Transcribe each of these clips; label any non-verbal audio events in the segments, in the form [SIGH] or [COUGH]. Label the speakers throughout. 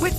Speaker 1: With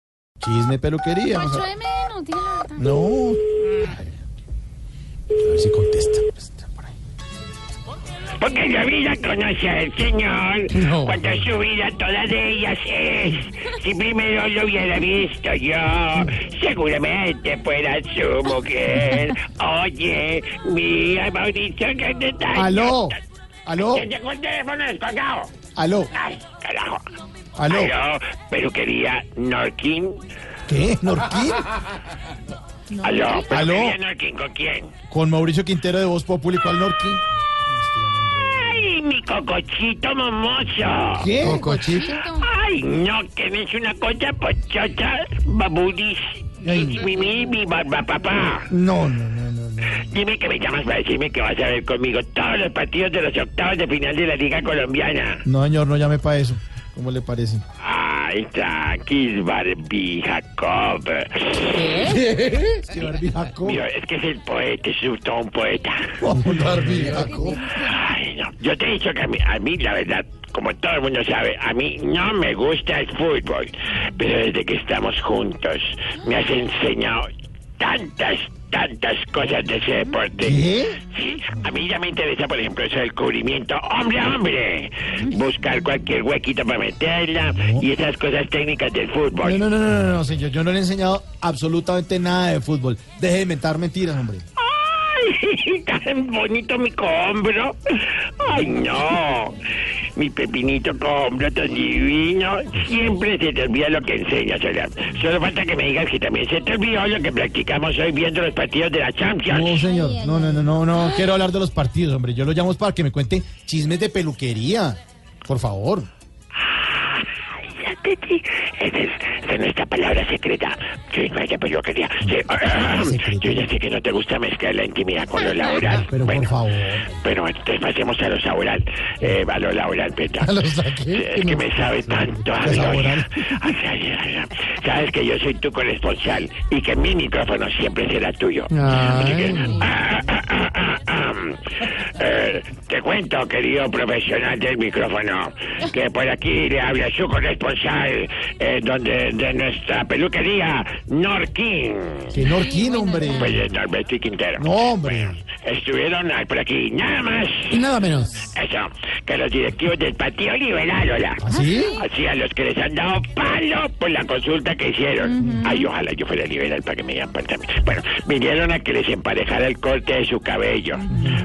Speaker 2: Chisme peluquería. vamos
Speaker 3: Ocho
Speaker 2: a-
Speaker 3: de menos, dile la verdad.
Speaker 2: No. A ver si contesta. pues, está por ahí.
Speaker 4: Porque la vida conoce al Señor
Speaker 2: No.
Speaker 4: cuando su vida, todas ellas es. Si primero lo hubiera visto yo, seguramente fuera
Speaker 2: [LAUGHS]
Speaker 4: su mujer. Oye, mira, Mauricio, que te está.
Speaker 2: Aló. Aló.
Speaker 4: Que llegó el teléfono descolgado.
Speaker 2: Aló.
Speaker 4: Ay, carajo.
Speaker 2: Aló.
Speaker 4: Aló, peluquería Norquín.
Speaker 2: ¿Qué? ¿Norquín?
Speaker 4: Aló, peluquería
Speaker 2: Aló.
Speaker 4: Norquín, ¿con quién?
Speaker 2: Con Mauricio Quintero de Voz Populi. ¿Cuál Norquín?
Speaker 4: Ay, mi cocochito momoso.
Speaker 2: ¿Qué? ¿Cocochito?
Speaker 4: Ay, no, que me es una cosa pochocha, babulis.
Speaker 2: Ay.
Speaker 4: Mi, mi, mi, barba, papá.
Speaker 2: No, no, no, no. no.
Speaker 4: Dime que me llamas para decirme que vas a ver conmigo todos los partidos de los octavos de final de la Liga Colombiana.
Speaker 2: No, señor, no llame para eso. ¿Cómo le parece?
Speaker 4: Ay, tranquis, Barbie Jacob.
Speaker 2: Este Barbie Jacob.
Speaker 4: Mira, es que es el poeta, es un todo un poeta.
Speaker 2: ¿Cómo Barbie Jacob?
Speaker 4: Ay, no. Yo te he dicho que a mí, a mí, la verdad, como todo el mundo sabe, a mí no me gusta el fútbol. Pero desde que estamos juntos, me has enseñado tantas, tantas cosas de ese deporte.
Speaker 2: ¿Qué?
Speaker 4: Sí, a mí ya me interesa, por ejemplo, eso del cubrimiento hombre a hombre. Buscar cualquier huequito para meterla y esas cosas técnicas del
Speaker 2: No,
Speaker 4: fútbol.
Speaker 2: no, no, no, no, no, señor. Yo no le he enseñado absolutamente nada de fútbol. Deje de inventar mentiras, hombre.
Speaker 4: ¡Ay! [LAUGHS] Tan bonito mi combro. ¡Ay, no! Mi pepinito combro tan divino. Siempre se te olvida lo que enseñas, Soledad. Solo falta que me digas que también se te olvidó lo que practicamos hoy viendo los partidos de la
Speaker 2: No,
Speaker 4: Champions.
Speaker 2: señor. No, no, no, no, no. Quiero hablar de los partidos, hombre. Yo lo llamo es para que me cuente chismes de peluquería. Por favor.
Speaker 4: Ay, ya te di. Esa es, esa es nuestra palabra secreta. Sí, vaya peluquería. Sí. Yo ya sé que no te gusta mezclar la intimidad con lo laboral.
Speaker 2: Pero por
Speaker 4: Bueno,
Speaker 2: favor.
Speaker 4: Pero entonces pasemos a lo laboral. Eh, a lo laboral, Petra.
Speaker 2: ¿A lo saqué?
Speaker 4: Es que me sabe tanto.
Speaker 2: ¿A lo
Speaker 4: amigo.
Speaker 2: laboral?
Speaker 4: Ay, ay, ay, ay. Sabes que yo soy tu corresponsal y que mi micrófono siempre será tuyo. Así que, ah, ah, ah, ah, ah. Eh, te cuento, querido profesional del micrófono, que por aquí le habla su corresponsal eh, donde, de nuestra peluquería, Norquín.
Speaker 2: Que Norquín, hombre.
Speaker 4: Pues eh, Norberto y Quintero.
Speaker 2: No, hombre.
Speaker 4: Bueno, estuvieron ah, por aquí, nada más.
Speaker 2: nada menos.
Speaker 4: Eso, que los directivos del Partido Liberal, hola.
Speaker 2: ¿Así?
Speaker 4: Así a los que les han dado palo por la consulta que hicieron. Ay, ojalá yo fuera liberal para que me dieran palo también. Bueno, vinieron a que les emparejara el corte de su cabello.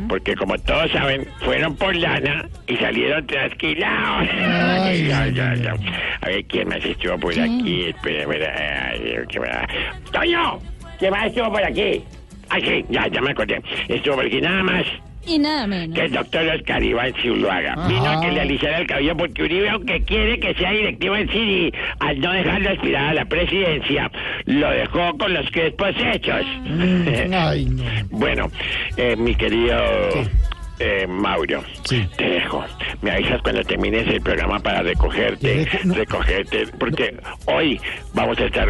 Speaker 4: Porque como todos saben, fueron por lana y salieron trasquilados.
Speaker 2: Ay,
Speaker 4: Ya,
Speaker 2: ay,
Speaker 4: ya,
Speaker 2: ay,
Speaker 4: ya. A ver, ¿quién más estuvo por aquí? Espera, espera. ay, ¿qué más? ¡Toño! ¿Qué más estuvo por aquí? Ay, sí, ya, ya me acordé. Estuvo por aquí nada más
Speaker 3: Y nada menos.
Speaker 4: que el doctor Oscar Iván Zuluaga
Speaker 2: Ah.
Speaker 4: vino a que le alisara el cabello porque Uribe, aunque quiere que sea directivo en CD, al no dejarlo aspirar a la presidencia, lo dejó con los crespos hechos.
Speaker 2: Ay, no.
Speaker 4: [LAUGHS] bueno, eh, mi querido eh, Mauro,
Speaker 2: Sí.
Speaker 4: te dejo. Me avisas cuando termines el programa para recogerte,
Speaker 2: ¿Qué? No.
Speaker 4: recogerte, porque hoy vamos a estar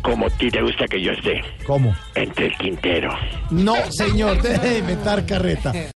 Speaker 4: como a ti te gusta que yo esté,
Speaker 2: ¿Cómo?
Speaker 4: entre el Quintero.
Speaker 2: [LAUGHS] No, señor. Deje de inventar carreta.